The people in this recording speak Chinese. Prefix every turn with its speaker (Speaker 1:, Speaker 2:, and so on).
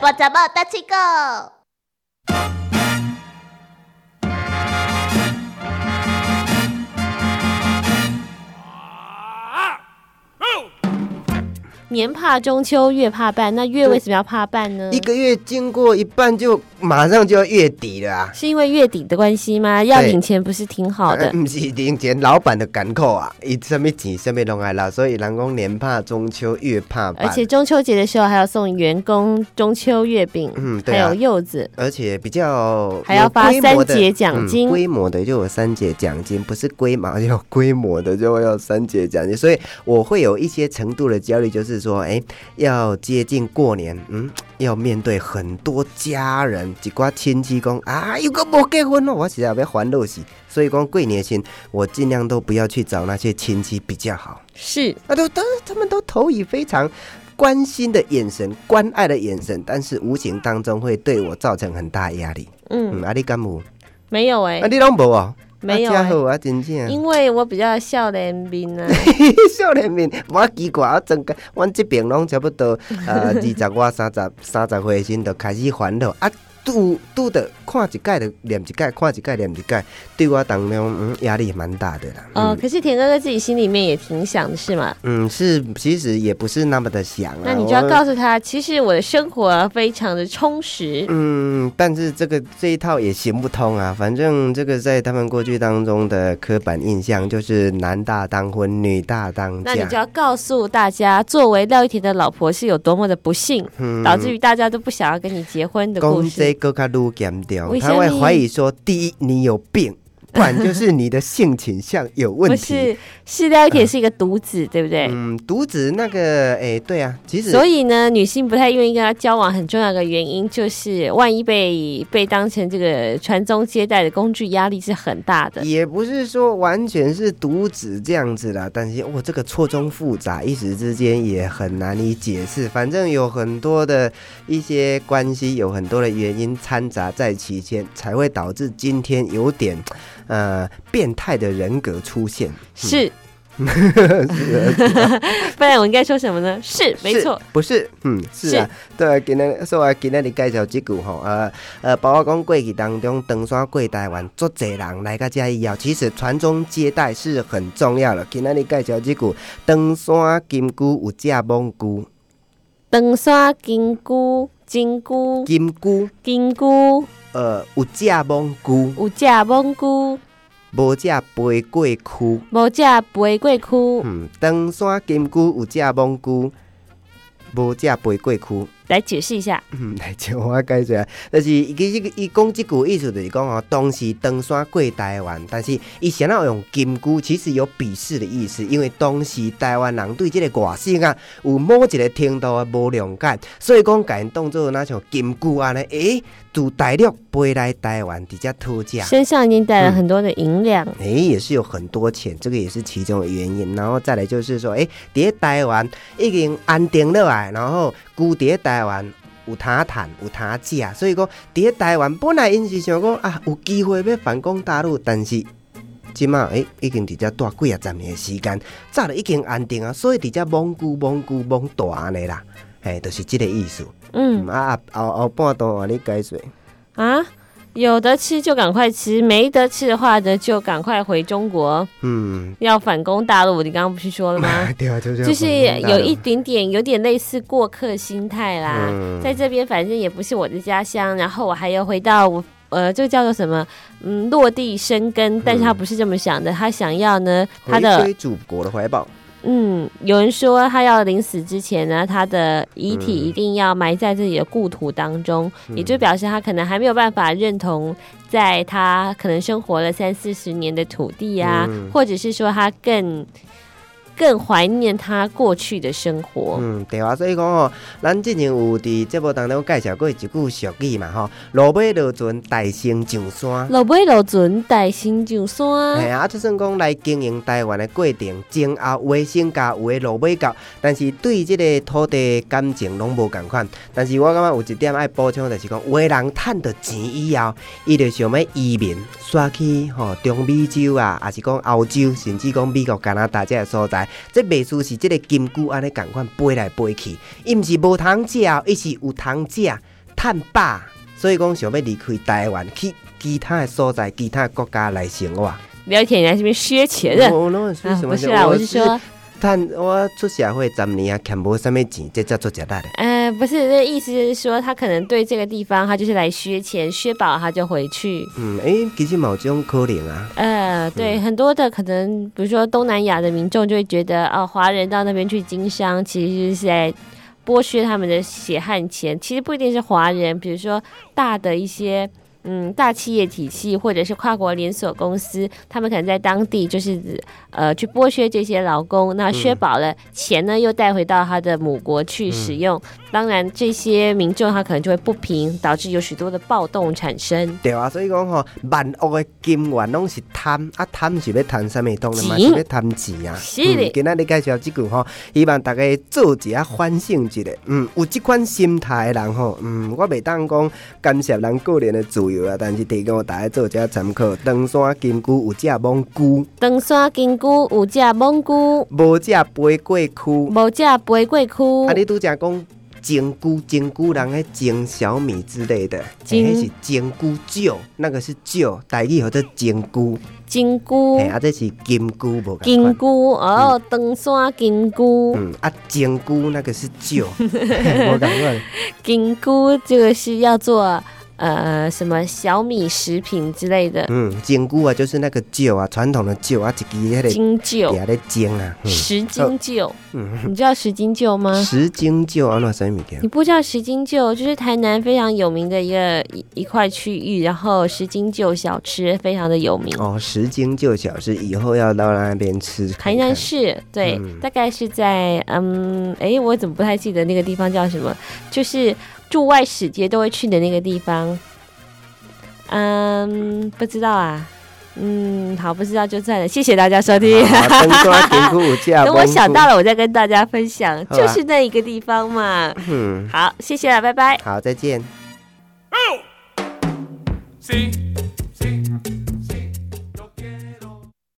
Speaker 1: 波怎么大气 go？
Speaker 2: 年怕中秋，月怕半，那月为什么要怕半呢？
Speaker 3: 一个月经过一半就马上就要月底了啊！
Speaker 2: 是因为月底的关系吗？要领钱不是挺好的？
Speaker 3: 不是零钱，老板的艰苦啊，伊什么钱什么拢爱捞，所以人讲年怕中秋，月怕半。
Speaker 2: 而且中秋节的时候还要送员工中秋月饼，
Speaker 3: 嗯对
Speaker 2: 还
Speaker 3: 啊
Speaker 2: 有柚子。
Speaker 3: 而且比较
Speaker 2: 还要
Speaker 3: 有
Speaker 2: 发
Speaker 3: 规模
Speaker 2: 三
Speaker 3: 的
Speaker 2: 节奖
Speaker 3: 嗯
Speaker 2: 金
Speaker 3: 规模的就有三节奖金，不是规模有规模的就要三节奖金，所以我会有一些程度的焦虑，就是说，哎，要接近过年，嗯，要面对很多家人，几挂亲戚讲啊，又个无结婚哦，我实在要烦恼死，所以讲过年前我尽量都不要去找那些亲戚比较好。
Speaker 2: 是，
Speaker 3: 啊，都都他们都投以非常关心的眼神、关爱的眼神，但是无形当中会对我造成很大压力。
Speaker 2: 嗯，
Speaker 3: 嗯，啊，你敢无？
Speaker 2: 没有哎、
Speaker 3: 啊，你拢无哦？
Speaker 2: 没有
Speaker 3: 啊，
Speaker 2: 哎、
Speaker 3: 真好啊，真正。
Speaker 2: 因为我比较笑脸面 呢。
Speaker 3: 少年面，我奇怪，我整个，阮这边拢差不多， 呃，二十外、三十、三十岁先就开始烦恼啊。拄拄的看一届就念一届，看一届念一届，对我当中嗯压力蛮大的啦。
Speaker 2: 哦，
Speaker 3: 嗯
Speaker 2: 可是田哥哥自己心里面也挺想的是吗？
Speaker 3: 嗯，是其实也不是那么的想啊。
Speaker 2: 那你就要
Speaker 3: 我
Speaker 2: 告诉他，其实我的生活非常的充实。
Speaker 3: 嗯，但是这个这一套也行不通啊。反正这个在他们过去当中的刻板印象就是男大当婚，女大当
Speaker 2: 那你就
Speaker 3: 嫁。
Speaker 2: 要告诉大家，作为廖一田的老婆是有多么的不幸，
Speaker 3: 嗯
Speaker 2: 导致于大家都不想要跟你结婚的故
Speaker 3: 公这
Speaker 2: 事。
Speaker 3: 个卡路严
Speaker 2: 为
Speaker 3: 重，
Speaker 2: 什
Speaker 3: 他
Speaker 2: 么
Speaker 3: 会怀疑说：第一，你有病；不然就是你的性倾向有问
Speaker 2: 不
Speaker 3: 题。
Speaker 2: 是，是廖一田是一个独子，对不对？
Speaker 3: 嗯，独子那个，哎，对啊，其实
Speaker 2: 所以呢，女性不太愿意跟他交往，很重要的原因就是，万一被被当成这个传宗接代的工具，压力是很大的。
Speaker 3: 也不是说完全是独子这样子啦，但是我这个错综复杂，一时之间也很难以解释。反正有很多的一些关系，有很多的原因掺杂在其间，才会导致今天有点呃变态的人格出现。
Speaker 2: 是，
Speaker 3: 嗯
Speaker 2: 不然我应该说什么呢？是，没
Speaker 3: 是
Speaker 2: 错，，
Speaker 3: 不是，嗯，是啊，对啊，今天所以我今天你介绍这句吼，呃呃，包括讲过去当中，登山过台湾，足侪人来到遮以后，其实传宗接代是很重要的。今天你介绍这句，登山金菇有只蒙菇，
Speaker 2: 长沙金菇、金菇、
Speaker 3: 金菇
Speaker 2: 金菇，
Speaker 3: 呃有只蒙菇，
Speaker 2: 有只蒙菇，
Speaker 3: 无只飞过区。
Speaker 2: 无只肥过菇。
Speaker 3: 嗯，登山金菇有只蒙菇，无只飞过区。
Speaker 2: 来解释一下，
Speaker 3: 嗯，来像我解释啊，就是其实伊讲即句意思就是讲哦，当时登山过台湾，但是伊想要用金句，其实有鄙视的意思，因为当时台湾人对即个外省啊有某一个程度的无谅解，所以讲甲因当做若像金句安尼，诶、自大陆飞来台湾直接讨价。
Speaker 2: 身上已经带了很多的银两，
Speaker 3: 诶，也是有很多钱，这个也是其中的原因。然后再来就是说，诶，伫咧台湾已经安定落来，然后居伫咧台湾有通趁有通食，所以讲伫咧台湾本来因是想讲啊，有机会要反攻大陆，但是。即马诶，已经伫遮住几啊十年的时间，早就已经安定啊，所以伫遮罔久罔久罔大安尼啦，嘿，就是即个意思。嗯，
Speaker 2: 嗯
Speaker 3: 啊啊后后半段换你解释。
Speaker 2: 啊，有得吃就赶快吃，没得吃的话呢，就赶快回中国，
Speaker 3: 嗯，
Speaker 2: 要反攻大陆。你刚刚不是说了吗？
Speaker 3: 对啊，就是要
Speaker 2: 就是
Speaker 3: 反攻大陆
Speaker 2: 有一点啊点，有点类似过客心态啦。
Speaker 3: 嗯
Speaker 2: 在这边反正也不是我的家乡，然后我还要回到我呃，这个叫做什么？嗯，落地生根。但是他不是这么想的，他想要呢，他
Speaker 3: 嗯回
Speaker 2: 的
Speaker 3: 归祖国的怀抱。
Speaker 2: 嗯，有人说他要临死之前呢，他的遗体
Speaker 3: 嗯
Speaker 2: 一定要埋在自己的故土当中，也就表示他可能还没有办法认同。在他可能生活了三四十年的土地啊，
Speaker 3: 嗯
Speaker 2: 或者是说他更更怀念他过去的生活，
Speaker 3: 嗯，对啊，所以讲吼，咱之前有伫节目当中介绍过一句俗语嘛吼，落尾落船，大兴上山。
Speaker 2: 落尾落船，带薪上山。
Speaker 3: 哎啊，就算讲来经营台湾的过程，前后有的先加，有的落尾到，但是对即个土地的感情拢无共款。但是我感觉有一点爱补充，就是讲有的人趁到钱以后，伊就想要移民，刷去吼、中美洲啊，还是讲欧洲，甚至讲美国、加拿大这个所在，来，这袂输是即个金龟安尼共款飞来飞去，伊毋是无通食哦，伊是有通食，趁饱，所以讲想要离开台湾去其他的所在、其他的国家来生活。
Speaker 2: 聊天你在这边削钱的。
Speaker 3: 我拢会说
Speaker 2: 啊
Speaker 3: 哦什，么？
Speaker 2: 不是啦，我是说，
Speaker 3: 趁我出社会十年啊，欠无啥物钱，这才做食力的。
Speaker 2: 呃，不是，这意思是说，他可能对这个地方，他就是来削钱，削饱他就回去。
Speaker 3: 嗯，诶、其实嘛有这种可能啊。
Speaker 2: 呃，对，很多的可能，比如说东南亚的民众就会觉得，哦，华人到那边去经商，其实是在剥削他们的血汗钱。其实不一定是华人，比如说大的一些。嗯，大企业体系或者是跨国连锁公司，他们可能在当地就是呃去剥削这些劳工，那削饱了、钱呢又带回到他的母国去使用。当然，这些民众他可能就会不平，导致有许多的暴动产生。
Speaker 3: 对啊，所以讲吼，万恶的金源拢是贪，啊贪是要贪什么？当然嘛是
Speaker 2: 钱
Speaker 3: 要贪钱啊。
Speaker 2: 是的
Speaker 3: 嗯今仔日介绍即句吼，希望大家做一下反省一下。嗯，有即款心态的人吼，嗯，我袂当讲干涉人个人的自由啊，但是提供大家做一下参考。登山金龟有只猛龟，
Speaker 2: 登山金菇有只蒙菇，
Speaker 3: 无只飞过区。
Speaker 2: 无只飞过区，
Speaker 3: 啊，你拄则讲蒸菇，蒸菇人迄蒸小米之类的，
Speaker 2: 蒸
Speaker 3: 迄是蒸菇酒，那个是酒，台语叫做蒸菇。
Speaker 2: 金菇
Speaker 3: 嘿，啊，这是金菇无同
Speaker 2: 哦金
Speaker 3: 款。
Speaker 2: 菇哦，登山金菇，
Speaker 3: 嗯，啊，金菇那个是酒， 无同款。
Speaker 2: 金菇这个是要做呃什么小米食品之类的
Speaker 3: 嗯，金菇啊，就是那个酒啊，传统的酒啊，一支迄个
Speaker 2: 金灸，
Speaker 3: 也咧蒸啊，
Speaker 2: 十斤灸，
Speaker 3: 嗯
Speaker 2: 你知道十斤灸吗
Speaker 3: 嗯，？十斤酒啊，那什么物件
Speaker 2: 你？不知道十斤灸，就是台南非常有名的一个一一块区域，然后十斤灸小吃非常的有名。
Speaker 3: 哦，十斤酒小吃，以后要到那边吃
Speaker 2: 台
Speaker 3: 看看。
Speaker 2: 南市，对，
Speaker 3: 嗯
Speaker 2: 大概是在嗯，诶，我怎么不太记得那个地方叫什么？就是驻外使节都会去的那个地方。嗯，不知道啊。嗯，好，不知道就算了。谢谢大家收听。
Speaker 3: 好啊登山金菇有只
Speaker 2: 等我想到了，我再跟大家分享，
Speaker 3: 好啊
Speaker 2: 就是那一个地方嘛。
Speaker 3: 蒙古，嗯，
Speaker 2: 好，谢谢了，拜拜。
Speaker 3: 好，再见。
Speaker 4: C